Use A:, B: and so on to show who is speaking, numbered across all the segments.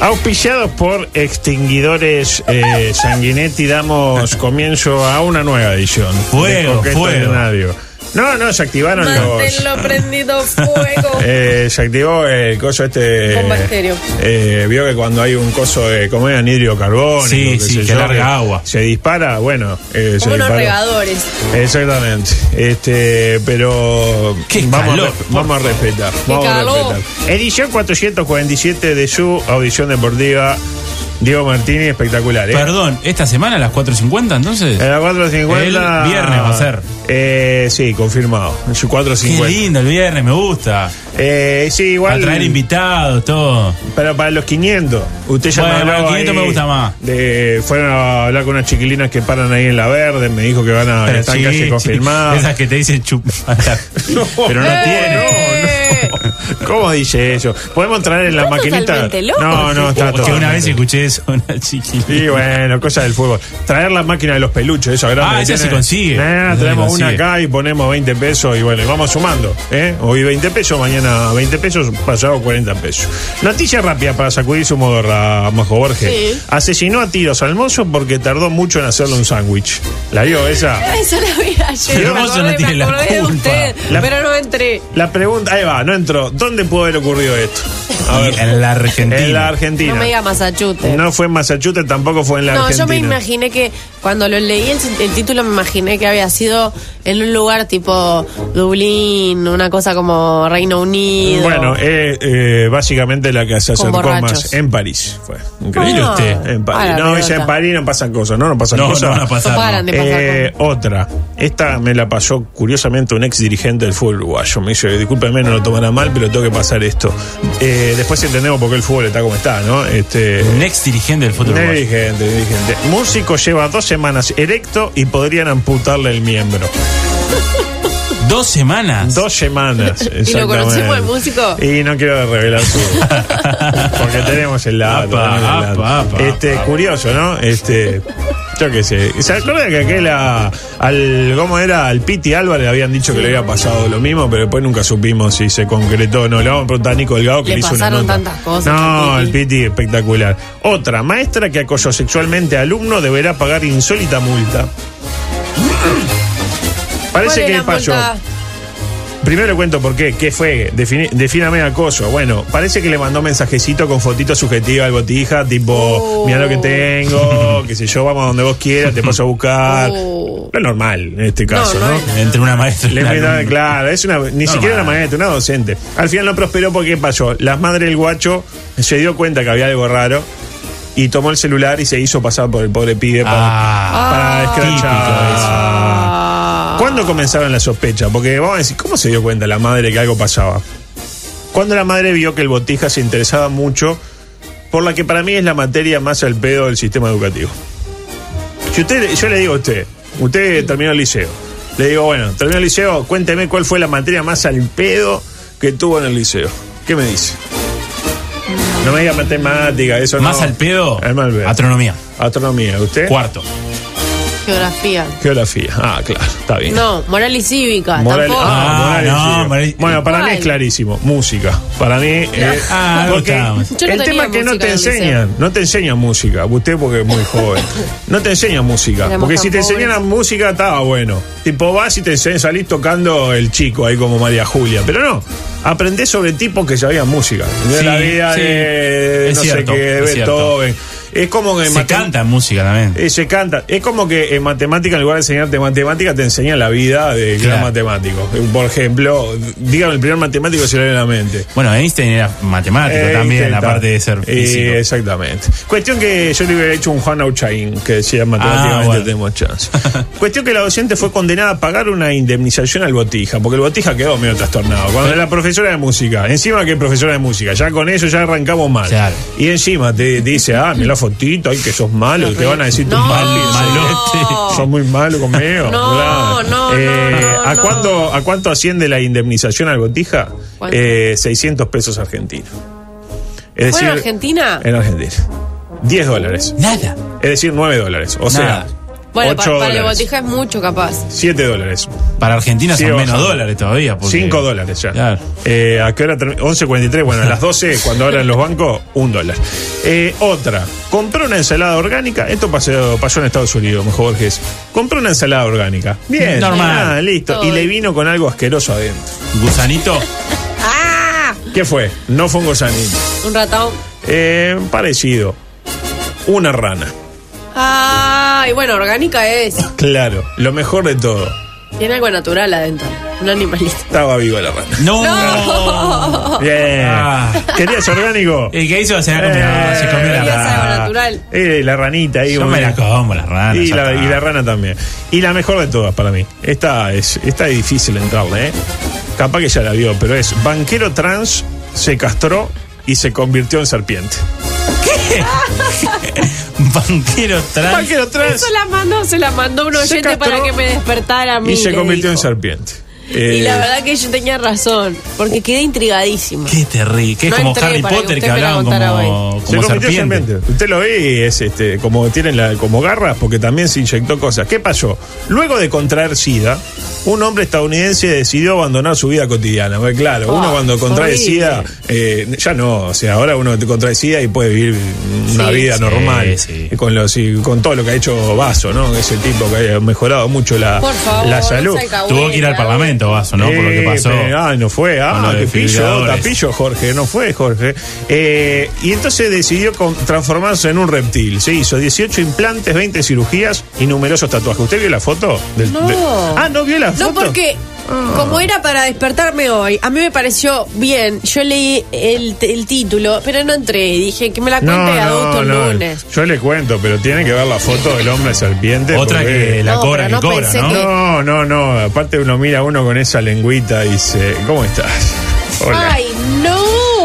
A: Auspiciados por Extinguidores eh, Sanguinetti, damos comienzo a una nueva edición. de
B: Fuego,
A: Coqueto
B: fuego.
A: Escenario. No, no, se activaron los.
C: Manténlo prendido fuego.
A: eh, se activó el coso este.
C: Bomba estéreo.
A: eh, vio que cuando hay un coso de como era anhidrio carbónico,
B: Sí,
A: qué
B: sí,
A: sé
B: que
A: yo,
B: larga agua.
A: Se dispara, bueno, eh, se
C: Como unos
A: disparó.
C: regadores.
A: Exactamente. Este, pero
B: Qué
A: vamos,
B: calor,
A: a, re-
B: por
A: vamos a respetar. vamos a
C: calor.
A: respetar. Edición 447 de su audición deportiva Diego Martini, espectacular. ¿eh?
B: Perdón, ¿esta semana a las 4.50 entonces?
A: En la 450.
B: El viernes va a ser.
A: Eh, sí, confirmado. En su
B: Qué
A: 450.
B: lindo el viernes, me gusta.
A: Eh, sí,
B: Para
A: igual.
B: traer invitados, todo.
A: Pero para los 500, usted ya
B: Bueno,
A: me hablaba
B: para los 500
A: ahí
B: me gusta más.
A: De, fueron a hablar con unas chiquilinas que paran ahí en la verde. Me dijo que van a. que
B: Pero
A: están
B: sí,
A: casi
B: sí.
A: confirmadas.
B: Esas que te dicen chup. Pero no
A: ¡Eh!
B: tiene.
C: Eh,
A: ¿Cómo dice eso? ¿Podemos entrar en la
C: Está
A: maquinita?
C: totalmente loco.
A: No, no, está
B: Porque una vez
A: totalmente-
B: escuché eso, una chiquilina.
A: Sí, bueno, cosa del fútbol. Traer la máquina de los peluches, esa grande.
B: Ah,
A: que
B: esa
A: tiene.
B: se consigue.
A: Eh,
B: Esa se
A: traemos una
B: consigue.
A: acá y ponemos 20 pesos y bueno, y vamos sumando. ¿eh? Hoy 20 pesos, mañana 20 pesos, pasado 40 pesos. Noticia rápida para sacudir su modorra, Majo Borges.
C: Sí.
A: Asesinó a tiros al mozo porque tardó mucho en hacerle un sándwich. ¿La vio esa?
C: Eso lo vi ayer.
B: Pero
C: me
B: vos
C: acordé,
B: no tenés
C: me
B: la
C: acordé de
B: culpa.
C: usted,
A: La-
C: pero no entré.
A: La pregunta, ahí va, no entró. ¿Dónde pudo haber ocurrido esto? A ver.
B: En la Argentina.
A: En la Argentina.
C: No me diga Massachusetts.
A: No fue en Massachusetts, tampoco fue en la
C: No,
A: Argentina.
C: yo me imaginé que cuando lo leí el, el título me imaginé que había sido en un lugar tipo Dublín, una cosa como Reino Unido.
A: Bueno, eh, eh, básicamente la que se
C: Con
A: acercó
C: borrachos.
A: más en París fue.
B: Increíble
C: Ah.
B: usted.
A: En París.
C: Ah, la
A: no, ella
C: pelota.
A: en París no pasan cosas, no, no pasan
B: No,
A: cosas.
B: no van a pasar.
C: No paran de pasar
A: Eh, otra. Esta me la pasó curiosamente un ex dirigente del fútbol uruguayo. Me dice, discúlpeme, no lo tomará mal, pero tengo que pasar esto. Eh, después entendemos por qué el fútbol está como está, ¿no? Este,
B: El ex dirigente del fútbol. uruguayo.
A: Dirigente, dirigente. Músico lleva dos semanas erecto y podrían amputarle el miembro.
B: Dos semanas.
A: Dos semanas.
C: ¿Y lo conocemos
A: exactamente.
C: al músico?
A: Y no quiero revelar su. porque tenemos el dato.
B: Apa,
A: tenemos el dato.
B: apa, apa,
A: este,
B: apa.
A: curioso, ¿no? Este. Yo qué sé. ¿Se acuerdan que aquel a- al. ¿Cómo era? Al Piti Álvarez le habían dicho que le había pasado lo mismo, pero después nunca supimos si se concretó o no. Le vamos a preguntar a Nico Delgado que le,
C: Le
A: hizo una
C: pasaron
A: nota.
C: tantas cosas
A: No,
C: al
A: el
C: Piti.
A: Piti espectacular. Otra, maestra que acosó sexualmente a alumno deberá pagar insólita multa. Parece
C: ¿Cuál
A: que
C: es la
A: pasó.
C: multa?
A: Primero le cuento por qué. ¿Qué fue? Defini- defíname acoso. Bueno, parece que le mandó mensajecito con fotito subjetiva al botija, tipo,
C: Oh.
A: mira lo que tengo, qué sé yo, vamos a donde vos quieras, te paso a buscar.
C: Oh.
A: Lo normal en este caso,
C: no
A: ¿no?
C: es
B: Entre una maestra y
A: Le
B: un
A: metió-
B: alumno.
A: claro, es una, ni siquiera una maestra, una docente. Al final no prosperó porque ¿qué pasó. La madre del guacho se dio cuenta que había algo raro y tomó el celular y se hizo pasar por el pobre pibe
B: Ah,
A: para, para
B: típico
A: escrachar.
C: Ah.
A: ¿Cuándo comenzaron las sospechas? Porque vamos a decir, ¿cómo se dio cuenta la madre que algo pasaba? Cuando la madre vio que el botija se interesaba mucho por la que para mí es la materia más al pedo del sistema educativo. Si usted, yo le digo a usted, usted terminó el liceo. Le digo, bueno, terminó el liceo, cuénteme cuál fue la materia más al pedo que tuvo en el liceo. ¿Qué me dice? No me diga matemática, eso
B: Mm. Más
A: no.
B: al pedo.
A: Es mal pedo. ¿Eh?
B: Astronomía.
A: Astronomía, ¿usted?
B: Cuarto.
C: Geografía.
A: Geografía. Ah, claro, está bien.
C: No, moral y cívica.
A: Moral-
C: tampoco.
A: Ah,
B: Ah,
A: moral
B: no,
A: encima.
B: moral-
A: Bueno, para mí
C: ¿Cuál?
A: es clarísimo. Música. Para mí. eh,
B: Ah, algo
A: porque
B: estábamos.
C: Yo no
A: el
C: tenía
A: tema es que no
C: música
A: te
C: en el
A: enseñan. No te enseñan música. Usted, porque es muy joven. No te enseñan música.
C: Éramos
A: porque
C: tan
A: si te
C: pobres.
A: enseñaran música, estaba bueno. Tipo, vas y te enseñan, salís tocando el chico ahí como María Julia. Pero no. Aprendés sobre tipos que sabían música. De
B: Sí,
A: la vida
B: sí.
A: de.
B: Es
A: no
B: cierto,
A: sé qué, de
B: es cierto.
A: Beethoven. Es como que en
B: Se
A: matem-
B: canta en música también.
A: eh, se canta. Es como que en matemática, en lugar de enseñarte matemática, te enseñan la vida de gran
B: Claro.
A: matemático. Eh, Por ejemplo, d- dígame el primer matemático que se le viene a la mente.
B: Bueno, Einstein era matemático
A: Eh,
B: también,
A: intenta-
B: aparte de ser
A: Eh,
B: físico.
A: exactamente. Cuestión que yo le hubiera hecho un Juan Auchain, que decía matemáticamente
B: Ah, bueno.
A: tenemos chance. Cuestión que la docente fue condenada a pagar una indemnización al botija, porque el botija quedó medio trastornado. Cuando era profesora de música, encima que es profesora de música, ya con eso ya arrancamos mal.
B: Claro.
A: Y encima te dice, ah, mira la fotito, ay que sos malo, y te van a decir tus
C: No.
A: males,
B: Malote.
A: Sos muy malo conmigo.
C: No,
A: claro. Eh,
C: no, no, no,
A: ¿a,
C: no.
A: Cuánto, ¿A cuánto asciende la indemnización al botija?
C: ¿Cuánto?
A: Eh, 600 pesos argentinos. Es
C: ¿Fue en Argentina?
A: En Argentina. 10 dólares.
B: Nada.
A: Es decir, 9 dólares. O sea,
B: Nada.
C: Bueno,
A: 8
C: pa- para, el
A: dólares.
C: botija es mucho capaz.
A: 7 dólares.
B: Para Argentina
A: Sí,
B: son
A: vamos
B: menos
A: a-
B: dólares todavía. porque-
A: 5 dólares ya.
B: Claro.
A: Eh, ¿A qué hora termina? 11.43, bueno, a las 12, cuando abran los bancos, un dólar. Eh, otra, compré una ensalada orgánica. Esto pasó, pasó en Estados Unidos, mejor que es. Compré una ensalada orgánica. Bien,
B: Normal.
A: ah, listo. Y
C: Todo.
A: le vino con algo asqueroso adentro.
B: Gusanito.
C: ¡Ah!
A: ¿Qué fue? No fue un gusanito.
C: Un ratón.
A: Eh, parecido. Una rana.
C: ¡Ay! Bueno, orgánica es.
A: Claro, lo mejor de todo.
C: Tiene algo natural adentro. Un animalito.
A: Estaba viva la rana.
B: No.
C: Oh.
A: Bien.
B: Ah.
A: ¿Querías orgánico?
B: El que hizo se la comió.
A: Eh,
B: se comió la
C: quería
B: rana.
C: saber. algo natural.
A: Eh, la ranita ahí.
B: Yo
A: muy
B: me la
A: bien.
B: como, la rana.
A: y,
B: ya
A: la,
B: está.
A: y la rana también. Y la mejor de todas para mí. Esta es, esta es difícil entrarle, ¿eh? Capaz que ya la vio, pero es banquero trans se castró y se convirtió en serpiente.
B: Banquero trans.
A: Banquero trans
C: Eso la mandó, se la mandó un
A: Se
C: oyente
A: castró
C: para que me despertara a mí.
A: y se
C: le
A: convirtió en
C: dijo.
A: serpiente.
C: Y
A: Eh,
C: la verdad que yo tenía razón, porque quedé intrigadísima.
B: Qué terrible. Que es
C: No
B: como
C: entré
B: Harry
C: para que
B: Potter que,
C: usted me la
B: hablaban
C: contara
B: como,
A: se
B: como
A: convirtió en
B: serpiente.
A: serpiente. Usted lo ve y es este, como tienen la, como garras porque también se inyectó cosas. ¿Qué pasó? Luego de contraer SIDA, un hombre estadounidense decidió abandonar su vida cotidiana. Porque claro,
C: Ah,
A: uno cuando contrae
C: horrible.
A: SIDA, eh, ya no, o sea, ahora uno te contrae SIDA y puede vivir una
C: Sí,
A: vida
B: sí,
A: normal.
B: sí.
A: Y Con, los, y con todo lo que ha hecho Vaso, ¿no? Ese tipo que ha mejorado mucho la,
C: Por favor,
A: la salud.
C: esa alcahueta.
B: Tuvo que ir al Parlamento, Vaso, ¿no? Por lo que
A: Eh,
B: pasó.
A: pero, ay, no fue.
B: Con
A: Ah,
B: los
A: qué pillo,
B: desfibriladores.
A: tapillo, Jorge. No fue, Jorge. Eh, y entonces decidió con- transformarse en un reptil. Se hizo 18 implantes, 20 cirugías y numerosos tatuajes. ¿Usted vio la foto? del-
C: No.
A: de- Ah, ¿no vio la foto? Ah.
C: No, porque como era para despertarme hoy, a mí me pareció bien. Yo leí el, el título, pero no entré. Dije que me la cuente
A: No,
C: adulto
A: no,
C: el
A: no.
C: lunes.
A: Yo le cuento, pero tiene que ver la foto del hombre serpiente.
B: Otra
A: porque-
B: que la
C: No,
B: cobra,
C: pero
B: que
C: no
B: cobra,
C: pensé
B: ¿no?
C: que-
A: No, no, no. Aparte uno mira a uno con esa lengüita y dice, ¿cómo estás? Hola.
C: ¡Ay, no!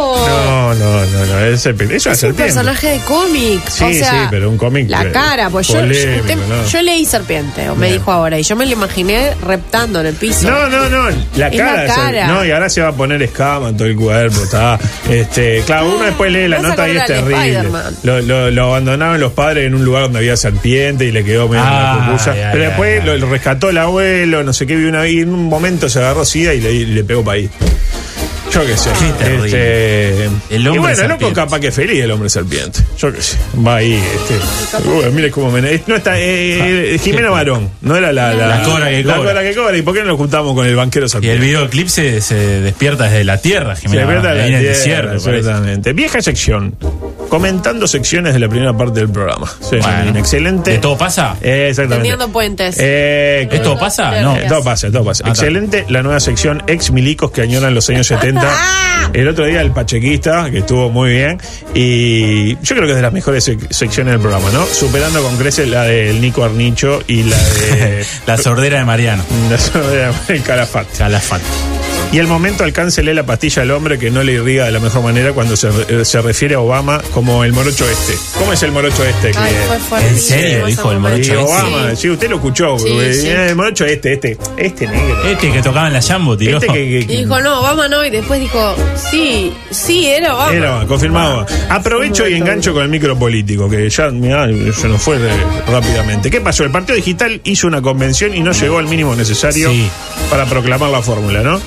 A: No, no, no, no. Es, serpiente. es una
C: Es un
A: serpiente.
C: personaje de cómic.
A: Sí,
C: o sea,
A: sí, pero un cómic, eh,
C: La cara, pues yo,
A: polémico,
C: yo, te-
A: ¿no?
C: yo leí serpiente, o me
A: Bien.
C: dijo ahora, y yo me lo imaginé reptando en el piso.
A: No, no, no, la
C: Es
A: cara.
C: la
A: es el-
C: cara.
A: no, y ahora se va a poner escama en todo el cuerpo, está. Este, claro, uno después lee la
C: Vas a
A: nota y es
C: acordar de
A: terrible.
C: Spider-Man.
A: Lo, lo- lo abandonaron los padres en un lugar donde había serpiente y le quedó medio
B: Ah,
A: una cuculla.
B: ya,
A: Pero
B: ya,
A: después
B: ya.
A: Lo, lo rescató el abuelo, no sé qué, vi una y en un momento se agarró sida y le, y le pegó país. Yo qué sé.
B: Qué terrible.
A: Este,
B: El
A: y
B: hombre
A: bueno,
B: serpiente.
A: loco capaz que feliz el hombre serpiente. Yo qué sé. Va ahí, este. Uy, mire cómo me. No está. eh, Jimena Barón. No era la. La,
B: Ah. La cobra que
A: la
B: cobra.
A: cobra que cobra. ¿Y por qué no lo juntamos con el banquero
B: Y
A: serpiente?
B: el videoclip se, se despierta desde la tierra,
A: Se
B: Jimena.
A: despierta
B: Ahí
A: la
B: en el
A: tierra,
B: desierto, parece.
A: exactamente. Vieja sección. Comentando secciones de la primera parte del programa. Sí,
B: Bueno.
A: un excelente.
B: ¿De todo pasa?
A: Eh, exactamente.
C: Tendiendo puentes.
A: Eh,
B: ¿Esto pasa? No.
A: Eh, Todo pasa, todo pasa.
B: Ah,
A: Excelente la nueva sección ex milicos que añoran los años 70. El otro día el pachequista, que estuvo muy bien. Y yo creo que es de las mejores sec- secciones del programa, ¿no? Superando con creces la del Nico Arnicho y la de.
B: La sordera de Mariano.
A: la de Calafate.
B: Calafate.
A: Y al momento alcáncele la pastilla al hombre que no le irriga de la mejor manera cuando se, eh, se refiere a Obama como el morocho este. ¿cómo es el morocho este? Que-
C: Ay, pues, fue fuerte.
B: ¿En serio, hijo del
A: y
B: morocho este?
A: Obama, sí. usted lo escuchó.
C: Sí,
A: eh,
C: sí.
A: El morocho este, este, este negro.
B: Este que tocaba en la Jambo, tiró.
A: Este que, que-
C: Dijo, no, Obama no, y después dijo, sí, sí, era Obama.
A: Era, confirmado. Aprovecho y engancho con el micro político, que ya, mirá, se nos fue eh, rápidamente. ¿Qué pasó? El Partido Digital hizo una convención y no llegó al mínimo necesario
B: Sí.
A: para proclamar la fórmula, ¿no?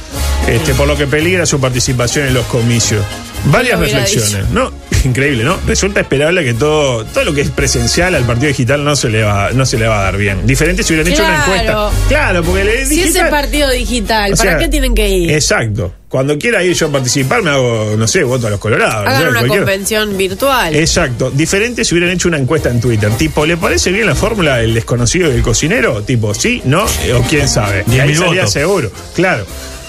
A: Este, por lo que peligra su participación en los comicios. Varias
C: Lo hubiera
A: reflexiones, ¿no? Increíble, ¿no? Resulta esperable que todo, todo lo que es presencial al partido digital no se le va, no se le va a dar bien. Diferente si hubieran hecho una
C: Claro.
A: encuesta. Claro, porque le
C: Si es el
A: digital-
C: partido digital,
A: o
C: ¿para
A: sea,
C: qué tienen que ir?
A: Exacto. Cuando quiera ir yo a participar, me hago, no sé, voto a los colorados. no sé,
C: Hagan una
A: cualquier-
C: convención virtual.
A: Exacto. Diferente si hubieran hecho una encuesta en Twitter. Tipo, ¿le parece bien la fórmula del desconocido y el cocinero? Tipo, sí, no, eh, o quién sabe. Y
B: Diez
A: ahí
B: mil
A: salía
B: votos.
A: seguro. Claro.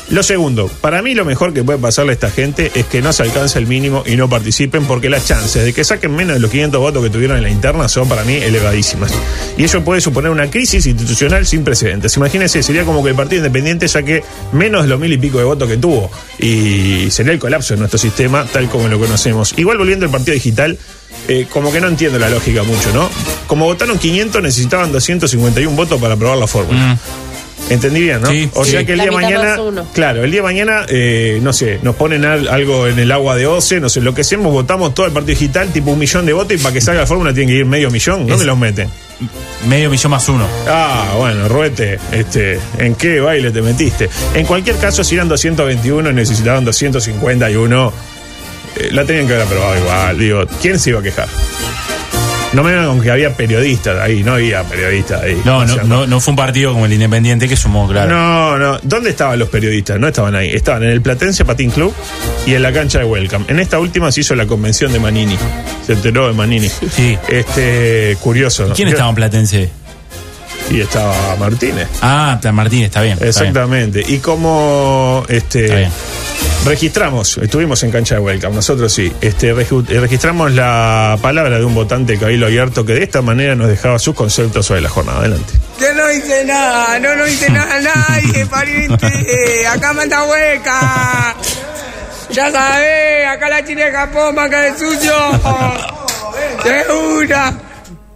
A: Lo segundo, para mí lo mejor que puede pasarle a esta gente es que no se alcance el mínimo y no participen porque las chances de que saquen menos de los 500 votos que tuvieron en la interna son para mí elevadísimas. Y ello puede suponer una crisis institucional sin precedentes. Imagínense, sería como que el Partido Independiente saque menos de los mil y pico de votos que tuvo y sería el colapso de nuestro sistema tal como lo conocemos. Igual volviendo al Partido Digital, eh, como que no entiendo la lógica mucho, ¿no? Como votaron 500 necesitaban 251 votos para aprobar la fórmula.
B: Mm.
A: Entendí bien, ¿no?
B: Sí,
A: o
B: sí.
A: sea que el
C: La
A: día de
C: mitad
A: mañana.
C: más uno.
A: Claro, el día de mañana, eh, no sé, nos ponen al- algo en el agua de OCE, nos enloquecemos, votamos todo el partido digital, tipo un millón de votos, y para que salga la fórmula tienen que ir medio millón. ¿Dónde
B: Es-
A: los meten?
B: Medio millón más uno.
A: Ah, bueno, Ruete, este, ¿en qué baile te metiste? En cualquier caso, si eran 221 y necesitaban 251, eh, la tenían que haber aprobado igual. Digo, ¿quién se iba a quejar? No me vengan con que había periodistas ahí, no había periodistas ahí.
B: No,
A: O
B: no,
A: sea,
B: no, no fue un partido como el Independiente que sumó, claro.
A: No, no. ¿Dónde estaban los periodistas? No estaban ahí. Estaban en el Platense Patín Club y en la cancha de Welcome. En esta última se hizo la convención de Manini. Se enteró de Manini.
B: Sí.
A: Este, curioso. ¿no?
B: ¿Quién
A: Yo-
B: estaba en Platense?
A: Y estaba Martínez.
B: Ah, Tan Martín, está bien. está bien.
A: Exactamente. Y como este
B: Está bien.
A: registramos, estuvimos en cancha de Welcome, nosotros sí, este regi- eh, registramos la palabra de un votante de Cabildo Abierto que de esta manera nos dejaba sus conceptos sobre la jornada. Adelante.
D: Yo no hice nada, no, no hice nada a nadie, pariente. Acá manda hueca. Ya sabés, acá la china de Japón, manga de sucio. De una.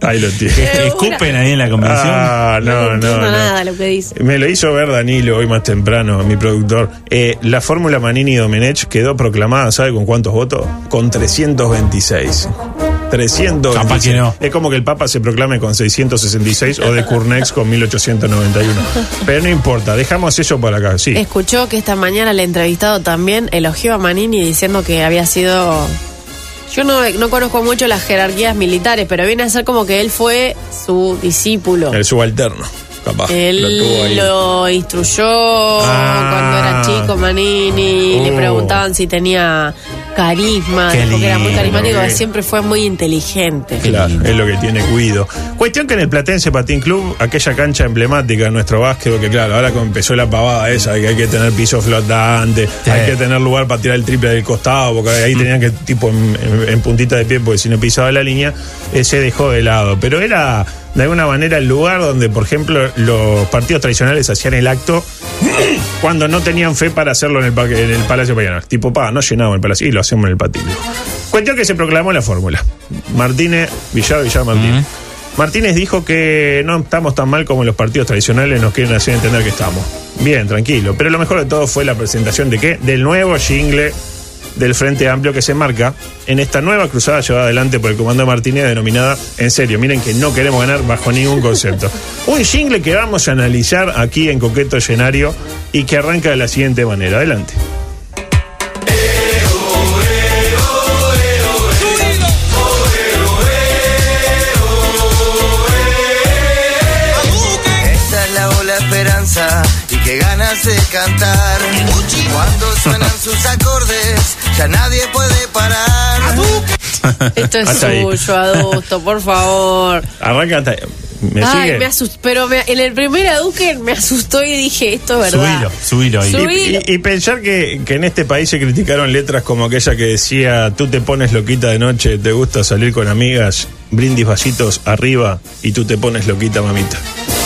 A: Ahí lo tiene.
B: Escupen ahí en la convención.
A: Ah, no,
C: entiendo
A: no, no.
C: nada lo que dice.
A: Me lo hizo ver Danilo hoy más temprano, mi productor. Eh, la fórmula Manini-Domenech quedó proclamada, ¿sabe con cuántos votos? Con 326. 326.
B: Capaz que no.
A: Es como que el Papa se proclame con 666 o de Curnex con 1891. Pero no importa, dejamos eso por acá. Sí.
C: Escuchó que esta mañana el entrevistado también elogió a Manini diciendo que había sido. Yo no, no conozco mucho las jerarquías militares, pero viene a ser como que él fue su discípulo.
A: El subalterno, capaz. lo tuvo ahí.
C: Él lo, instruyó
A: Ah.
C: cuando era chico, Manini. Le
A: Oh.
C: preguntaban si tenía carisma.
B: Qué
C: dijo que era muy
B: lindo,
C: carismático.
A: qué-
C: Siempre fue muy inteligente.
A: Claro, es lo que tiene Cuido. Cuestión que en el Platense Patín Club, aquella cancha emblemática de nuestro básquet, que claro, ahora como empezó la pavada esa, que hay que tener piso flotante,
B: Sí.
A: hay que tener lugar para tirar el triple del costado, porque ahí tenían que tipo en, en- en puntita de pie, porque si no pisaba la línea, eh, se dejó de lado. Pero era de alguna manera el lugar donde, por ejemplo, los partidos tradicionales hacían el acto cuando no tenían fe para hacerlo en el, pa- en el Palacio Peñanar. Tipo, pa, no llenamos el Palacio y lo hacemos en el patín. Cuestión que se proclamó la fórmula. Martínez, Villado, Villado, Martínez. Martínez dijo que no estamos tan mal como los partidos tradicionales nos quieren hacer entender que estamos. Bien, tranquilo. Pero lo mejor de todo fue la presentación de qué? Del nuevo jingle del Frente Amplio que se marca en esta nueva cruzada llevada adelante por el comando de Martínez denominada En serio, miren que no queremos ganar bajo ningún concepto. Un jingle que vamos a analizar aquí en Coqueto Llenario y que arranca de la siguiente manera. Adelante.
E: Esta es la ola esperanza y qué ganas de cantar. Cuando suenan sus acordes, ya nadie puede parar.
C: Esto es
A: Hasta Ah, ahí.
C: suyo, adusto, por favor.
A: Arranca hasta... ¿Me
C: Ay,
A: sigue?
C: me asustó. Pero me- en el primer aduque me asustó y dije, esto es verdad.
B: Subilo, subilo ahí.
C: Subilo.
A: Y, y- y pensar que, que en este país se criticaron letras como aquella que decía, tú te pones loquita de noche, te gusta salir con amigas, brindis vasitos arriba y tú te pones loquita mamita.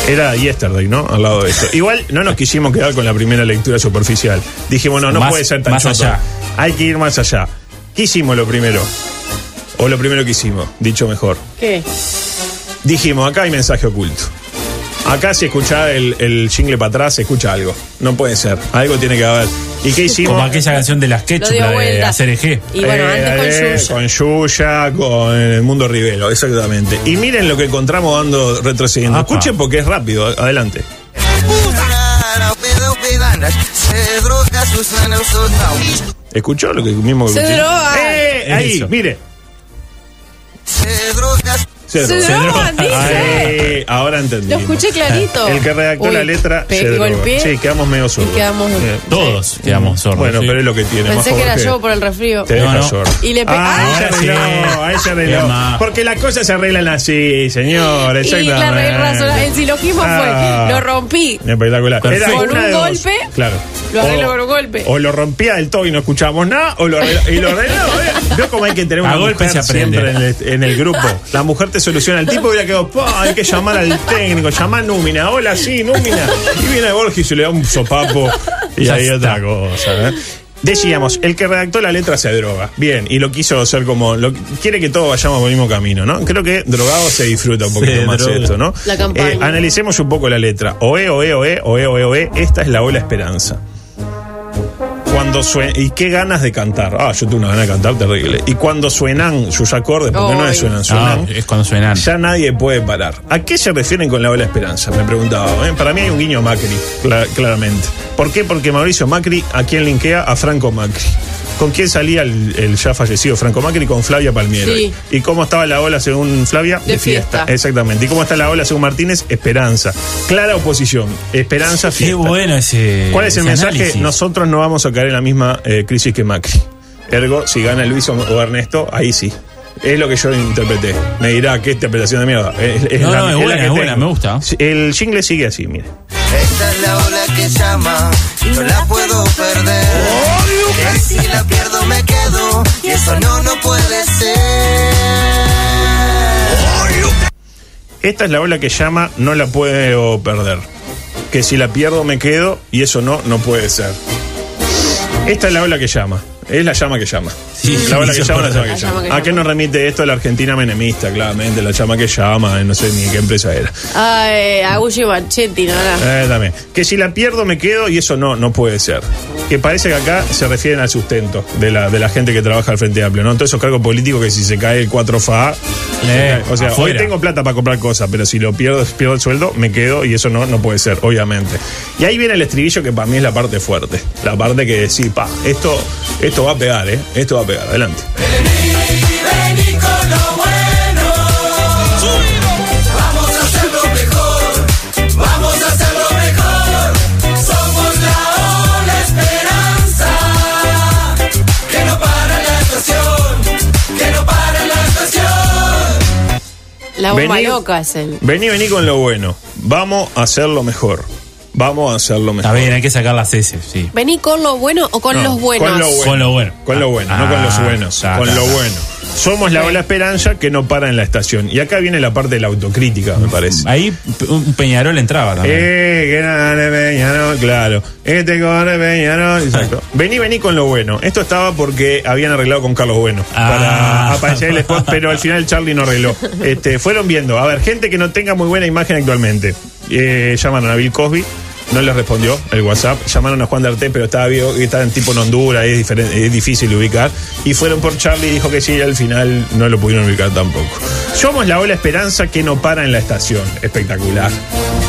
A: Era yesterday, ¿no? Al lado de esto. Igual no nos quisimos quedar con la primera lectura superficial. Dijimos, no, no
B: Más-
A: puede ser tan
B: más
A: choto.
B: allá.
A: Hay que ir más allá. ¿Qué hicimos lo primero? O lo primero que hicimos, dicho mejor.
C: ¿Qué?
A: Dijimos, acá hay mensaje oculto. Acá si escucha el, el jingle para atrás, se escucha algo. No puede ser. Algo tiene que haber. ¿Y qué hicimos?
B: Como aquella canción de las
C: Lo
B: ketchup,
C: dio
B: la de
C: vuelta.
B: hacer eje.
C: Y bueno,
A: Eh, eh,
C: antes con Yuya.
A: con Yuya, con el mundo Rivelo, exactamente. Y miren lo que encontramos dando retrocediendo.
B: Apa.
A: Escuchen porque es rápido, adelante.
E: Pedo, pedanas, se droga sus manos
A: ¿Escuchó lo que mismo que
C: Se ah.
A: escuché?
C: droga.
A: ¡Eh! Ahí,
B: Eso.
A: mire.
E: Se drogas
A: Se
C: Se
A: droga.
C: drogan, dice.
A: Ay, ahora entendí.
C: Lo escuché clarito.
A: El que redactó
C: Uy,
A: la letra
C: pe-
A: se droga.
C: golpeé.
A: Sí, quedamos medio sordos.
C: quedamos-
A: Eh,
B: Todos quedamos sordos.
A: Bueno,
B: sí.
A: pero es lo que tiene.
C: Pensé
A: más
C: que era
A: Jorge.
C: yo por el resfrío.
A: Te
B: No,
A: deja
B: no.
A: sordo.
C: Y le pe-
A: Ah,
C: ¡Ah!
A: ahí se arregló, ahí se arregló.
B: Qué mal.
A: Porque las cosas se arreglan así, señor.
C: Y
A: exactamente.
C: la re- razón, el silogismo
A: Ah.
C: fue, lo rompí.
A: Espectacular.
B: Con
A: Era
C: un
A: una de dos.
C: golpe,
A: Claro.
C: lo arreglo
A: O-
C: con un golpe.
A: O lo rompía del todo y no escuchábamos nada, o lo arreglo, y lo arreglo. ¿eh? Veo como hay que tener una
B: A golpe
A: mujer
B: se aprende.
A: siempre en el, en el grupo. La mujer te soluciona. El tipo hubiera quedado, "Pa, hay que llamar al técnico, llamar a Númina, hola, sí, Númina. Y viene Borges y se le da un sopapo y
B: Ya
A: ahí
B: está.
A: otra cosa. ¿eh? Decíamos, el que redactó la letra se droga. Bien, y lo quiso hacer como. lo- quiere que todos vayamos por el mismo camino, ¿no? Creo que drogado se disfruta un
B: Se
A: poquito más
B: droga.
A: esto, ¿no?
C: La campaña.
A: Eh, analicemos un poco la letra. Oe, oe, oe, oe, oe, oe. Esta es la ola esperanza. Cuando suena, y qué ganas de cantar. Ah, yo tuve una ganas de cantar terrible. Y cuando suenan sus acordes, porque no
C: Ay.
A: es suenan,
B: Ah,
A: suenan.
B: es cuando suenan.
A: Ya nadie puede parar. ¿A qué se refieren con la ola esperanza? Me preguntaba. ¿eh? Para mí hay un guiño a Macri, cla- claramente. ¿Por qué? Porque Mauricio Macri, ¿a quién linkea? A Franco Macri. ¿Con quién salía el, el ya fallecido Franco Macri? Con Flavia Palmiero.
C: Sí.
A: ¿Y cómo estaba la ola según Flavia?
C: De fiesta.
A: Exactamente. ¿Y cómo está la ola según Martínez? Esperanza. Clara oposición. Esperanza,
B: Qué
A: fiesta.
B: bueno ese.
A: ¿Cuál es el
B: Eh, ese
A: mensaje?
B: análisis.
A: Nosotros no vamos a caer en la misma eh, crisis que Macri. Ergo, si gana Luis o, o Ernesto, ahí sí. Es lo que yo interpreté. Me dirá qué interpretación de mierda. Es, es
B: No,
A: la-
B: no, es
A: la
B: buena,
A: que
B: es buena,
A: tengo.
B: me gusta.
A: El jingle sigue así, mire.
E: Esta es la ola que llama, no la puedo perder. Que si la pierdo me quedo, y eso no, no puede ser.
A: Esta es la ola que llama No la puedo perder. Que si la pierdo me quedo y eso no, no puede ser. Esta es la ola que llama. Es la llama que llama.
B: Sí,
A: la ola
B: me
A: que
B: hizo
A: llama, la llama que
C: La
A: llama.
C: llama que
A: ¿A qué
C: llama.
A: nos remite esto? La Argentina menemista, claramente. La llama que llama, eh, no sé ni qué empresa era.
C: Ay, Agulli Marchetti, no, no.
A: Eh, también. Que si la pierdo me quedo y eso no, no puede ser. Que parece que acá se refieren al sustento de la, de la gente que trabaja al Frente Amplio, ¿no? Todos esos cargos políticos que si se cae el 4FA. se
B: Eh,
A: cae. o sea,
B: afuera.
A: hoy tengo plata para comprar cosas, pero si lo pierdo, pierdo el sueldo, me quedo y eso no, no puede ser, obviamente. Y ahí viene el estribillo que para mí es la parte fuerte. La parte que decís, pa, esto, esto va a pegar, ¿eh? Esto va a pegar, adelante.
C: La bomba
A: Vení.
C: loca es el.
A: Vení, vení con lo bueno. Vamos a hacerlo mejor. Vamos a hacerlo mejor.
B: Está bien, hay que sacar las S, sí.
C: ¿Vení con lo bueno o con
A: No,
C: los
A: con
C: buenos?
A: lo bueno.
B: Con lo bueno.
A: Con lo bueno, no con los buenos.
B: Ah,
A: con
B: ta,
A: lo
B: ta, ta.
A: bueno. Somos la ola esperanza que no para en la estación. Y acá viene la parte de la autocrítica, me parece.
B: Ahí pe- un Peñarol entraba también.
A: Eh, que gane Peñarol, claro. Este corre Peñarol. Exacto. Vení, vení con lo bueno. Esto estaba porque habían arreglado con Carlos Bueno para
B: Ah.
A: aparecer el spot, pero al final Charlie no arregló. Este, fueron viendo. A ver, gente que no tenga muy buena imagen actualmente. Eh, llamaron a Bill Cosby. No les respondió el WhatsApp. Llamaron a Juan de Arte, pero estaba, vivo- estaba en tipo en Honduras, es, diferen- es difícil ubicar. Y fueron por Charlie y dijo que sí, y al final no lo pudieron ubicar tampoco. Somos la ola esperanza que no para en la estación. Espectacular.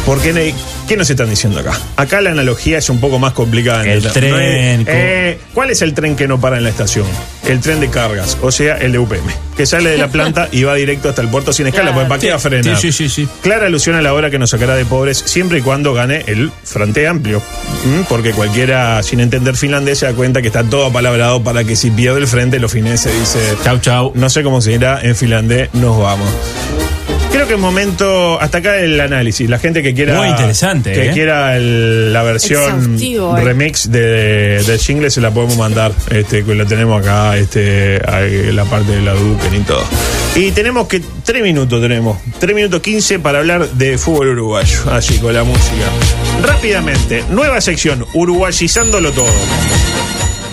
A: Porque ne- ¿Qué nos están diciendo acá? Acá la analogía es un poco más complicada. en
B: El
A: no es-
B: tren, co-
A: eh, ¿Cuál es el tren que no para en la estación? El tren de cargas, o sea, el de UPM, que sale de la planta y va directo hasta el puerto sin escala,
C: Claro.
A: porque ¿para qué va a frenar?
B: Sí, sí, sí, sí.
A: Clara alusión a la hora que nos sacará de pobres siempre y cuando gane el Frente Amplio. ¿Mm? Porque cualquiera sin entender finlandés se da cuenta que está todo apalabrado para que si pierde el frente, los fineses dice
B: Chau, chau.
A: no sé cómo se dirá en finlandés, nos vamos. Creo que es momento, hasta acá el análisis. La gente que quiera.
B: Muy interesante,
A: Que
B: eh.
A: quiera el- la versión
C: Exhaustivo, eh.
A: remix de, del jingle, se la podemos mandar. Este, que la tenemos acá, este, ahí, la parte de la Duken y todo. Y tenemos que. Tres minutos tenemos. Tres minutos quince para hablar de fútbol uruguayo. Así, con la música. Rápidamente, nueva sección, uruguayizándolo todo.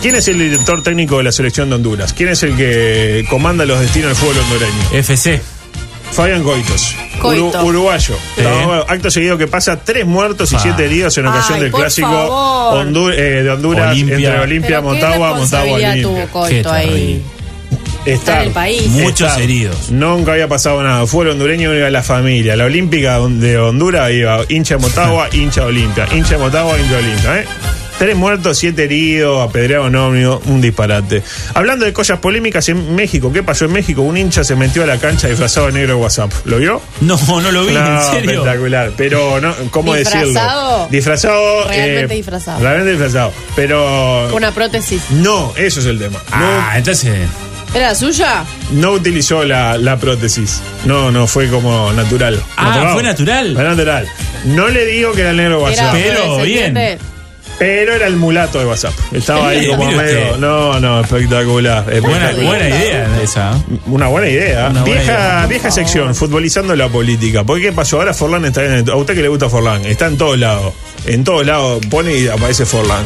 A: ¿Quién es el director técnico de la selección de Honduras? ¿Quién es el que comanda los destinos del fútbol hondureño?
B: FC.
A: Fabián Coitos,
C: Coito.
A: Uru- uruguayo.
B: Sí. Ah.
A: Estamos- Acto seguido que pasa tres muertos y
B: Pa.
A: siete heridos en ocasión
C: Ay,
A: del
C: por
A: clásico
C: favor.
A: Hondu- eh, de Honduras
B: Olimpia.
A: entre Olimpia,
C: Pero ¿qué
A: Motagua, Motagua,
C: responsabilidad
A: Olimpia.
C: tuvo Coito
B: Qué terrible.
C: ahí? Está en el país.
B: Muchos heridos.
A: Nunca había pasado nada. Fue el hondureño iba la familia. La Olímpica de Honduras iba hincha de Motagua, hincha de Olimpia. Hincha de Motagua, hincha de Olimpia. ¿eh? Tres muertos, siete heridos, apedreado en ómnibus, un disparate. Hablando de cosas polémicas en México, ¿qué pasó en México? Un hincha se metió a la cancha disfrazado de negro de WhatsApp. ¿Lo vio?
B: No, no lo vi,
A: No,
B: en serio.
A: Espectacular. Pero, no, ¿cómo decirlo?
C: Disfrazado.
A: Disfrazado. eh,
C: Realmente disfrazado.
A: Realmente disfrazado. Pero.
C: Una prótesis.
A: No, eso es el tema.
B: Ah, entonces.
C: ¿Era suya?
A: No utilizó la, la prótesis. No, no, fue como natural.
B: Ah, fue natural.
A: Fue natural. No le digo que era el negro de
C: Era
A: WhatsApp,
B: pero bien.
C: afrodescendiente.
A: pero era el mulato de WhatsApp. Estaba ahí como
B: Mire usted.
A: medio. No, no, espectacular.
B: Buena,
A: espectacular.
B: buena idea esa.
A: Una buena idea.
B: Una buena
A: vieja
B: idea, por
A: vieja sección, futbolizando la política. Porque qué pasó? Ahora Forlán está en. A usted que le gusta Forlán, está en todos lados. En todos lados pone y aparece Forlán.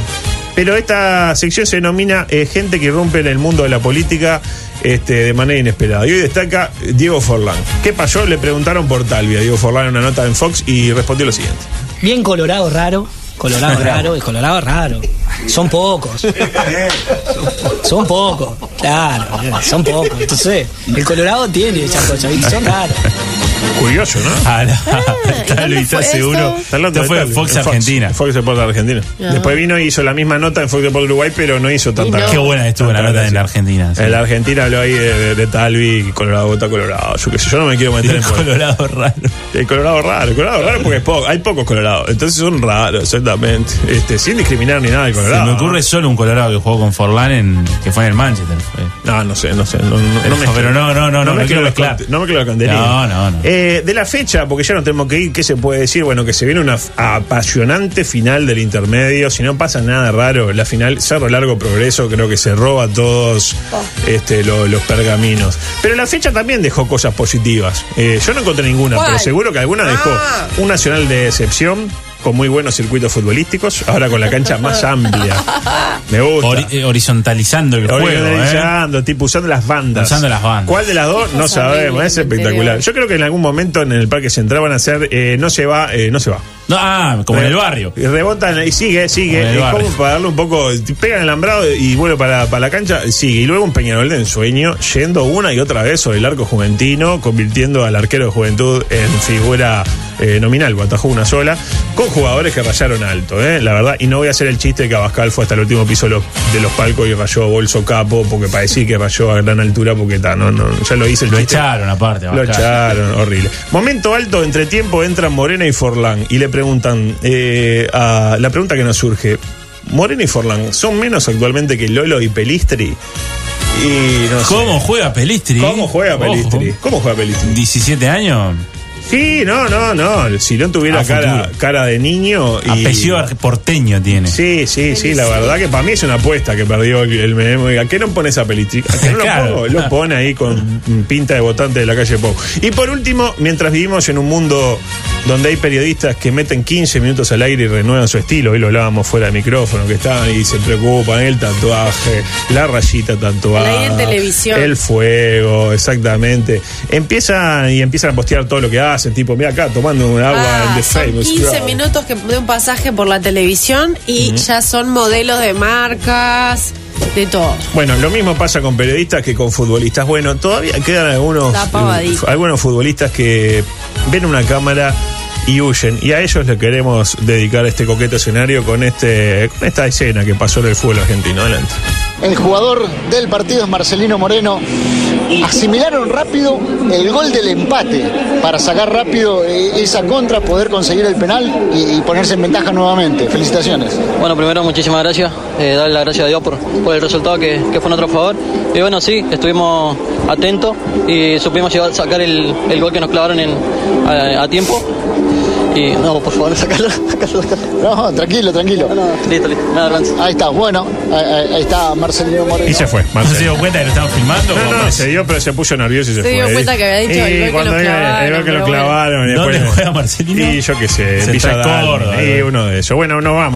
A: Pero esta sección se denomina eh, gente que rompe en el mundo de la política este, de manera inesperada. Y hoy destaca Diego Forlán. ¿Qué pasó? Le preguntaron por Talvia. Diego Forlán en una nota en Fox y respondió lo siguiente.
F: Bien colorado raro. Colorado raro, el colorado raro. Son pocos. Son pocos, claro, eh, son pocos. Entonces, el colorado tiene esa cosa, ¿viste? son raros.
A: Curioso, ¿no?
B: Ah, la-
C: ¿y
B: Tal
C: dónde
B: vez está
C: fue
B: seguro.
C: eso?
A: Está hablando
B: Esto
A: de
B: fue
A: Talvi,
B: Fox
A: en
B: Argentina.
A: Fox Sport Argentina.
C: Ah.
A: Después vino y hizo la misma nota en Fox Sport Uruguay, pero no hizo tanta.
C: no.
B: Qué buena estuvo la
A: tanta
B: nota en la
A: gracia.
B: Argentina. sí.
A: En la Argentina habló ahí de, de- de Talvi, Colorado, Bota Colorado. Yo qué sé, yo no me quiero meter en
B: El
A: política.
B: colorado raro.
A: El Colorado raro, el Colorado raro porque es po- hay pocos Colorados, entonces son raros, exactamente. Este, sin discriminar ni nada del
B: Se
A: Colorado.
B: me ocurre solo un colorado que jugó con Forlán en, que fue en el Manchester. fue.
A: No, no sé, no sé. No, no, no
B: Eso, pero no, no, no, no,
A: me quiero
B: no quiero
A: los
B: mezclar.
A: conte- No me quiero los contenidos.
B: No, no, no.
A: Eh, de la fecha, porque ya no tenemos que ir, ¿qué se puede decir? Bueno, que se viene una f- apasionante final del intermedio. Si no pasa nada raro, la final Cerro Largo Progreso creo que se roba todos este, lo- los pergaminos. Pero la fecha también dejó cosas positivas. Eh, yo no encontré ninguna,
C: ¿Cuál?
A: pero seguro que alguna dejó
D: Ah.
A: un nacional de excepción con muy buenos circuitos futbolísticos, ahora con la cancha más amplia. Me gusta.
B: Hori- eh, horizontalizando el juego. ¿eh?
A: Organizando, ah, tipo usando las bandas.
B: Usando las bandas.
A: ¿Cuál de las dos?
C: Qué
A: No
C: cosa
A: sabemos,
C: horrible
A: es
C: el interior.
A: espectacular. Yo creo que en algún momento en el Parque Central van a hacer eh, no se va, eh, no se va.
B: No, ah, como en el barrio.
A: Y rebotan y sigue, sigue.
B: Como en el
A: Es
B: barrio.
A: como para darle un poco. Pegan el alambrado y vuelve para, para la cancha, sigue. Y luego un Peñarol de ensueño, yendo una y otra vez sobre el arco juventino, convirtiendo al arquero de juventud en figura eh, nominal, o atajó una sola, con jugadores que rayaron alto, ¿eh? la verdad. Y no voy a hacer el chiste de que Abascal fue hasta el último piso de los, de los palcos y rayó bolso capo, porque parecía que rayó a gran altura, porque ta, no, no, ya lo hice el
B: Lo
A: chiste.
B: echaron aparte.
A: Lo
B: Abascal.
A: echaron, horrible. Momento alto, entre tiempo entran Morena y Forlán y le preguntan, eh, a- la pregunta que nos surge, Morena y Forlán, ¿son menos actualmente que Lolo y Pelistri? Y no sé.
B: ¿Cómo juega Pelistri?
A: ¿Cómo juega
B: Ojo.
A: Pelistri? ¿Cómo juega Pelistri?
B: 17 años.
A: Sí, no, no, no. Si no tuviera
B: A
A: cara,
B: futuro.
A: cara de niño y...
B: Apellido ar- porteño tiene.
A: Sí, sí, sí, la verdad que para mí es una apuesta que perdió el, el Menem. Oiga, ¿A qué no pones a Pelistri? ¿A qué no
B: Claro.
A: lo pongo? Lo pone ahí con pinta de votante de la calle Pau. Y por último, mientras vivimos en un mundo donde hay periodistas que meten 15 minutos al aire y renuevan su estilo, hoy lo hablábamos fuera de micrófono, que están y se preocupan, el tatuaje, la rayita tatuada.
C: La idea en televisión.
A: El fuego, exactamente. Empiezan y empiezan a postear todo lo que hacen, tipo, mira acá, tomando un agua en
C: Ah,
A: The
C: son
A: Famous
C: 15
A: Crowd".
C: minutos que, de un pasaje por la televisión y ya son modelos de marcas, de todo.
A: Bueno, lo mismo pasa con periodistas que con futbolistas. Bueno, todavía quedan algunos,
C: La pavadita.
A: eh, algunos futbolistas que ven una cámara y huyen. Y a ellos le queremos dedicar este coqueto escenario con, este, con esta escena que pasó en el fútbol argentino. Adelante.
G: El jugador del partido es Marcelino Moreno. Asimilaron rápido el gol del empate para sacar rápido eh, esa contra, poder conseguir el penal y, y ponerse en ventaja nuevamente. Felicitaciones.
H: Bueno, primero muchísimas gracias, eh, darle las gracias a Dios por, por el resultado que, que fue nuestro favor. Y bueno, sí, estuvimos atentos y supimos llevar, sacar el, el gol que nos clavaron en, a, a tiempo. Y no, por favor, sacarlo, sacarlo, sacarlo.
G: No, tranquilo, tranquilo.
H: Listo, listo, nada, avance.
G: Ahí está, bueno, ahí, ahí- ahí está Marcelino Moreno.
A: Y se fue.
B: ¿No
A: pues, Marcelo.
B: se dio cuenta que lo estaban filmando?
A: No, no,
B: Como-
A: se dio, pero se puso nervioso y se,
C: Se
A: fue.
C: dio cuenta que había dicho,
A: Y
C: el gol que
A: cuando
C: lo
A: vio- el gol que lo
C: clavaron, pero bueno.
A: clavaron. y
B: ¿Dónde
A: después-
B: juega Marcelino?
A: Y yo qué sé,
B: Se
A: en Villa
B: está en
A: Dálmine,
B: Córdoba,
A: y
B: ¿verdad?
A: uno de esos. Bueno, nos vamos.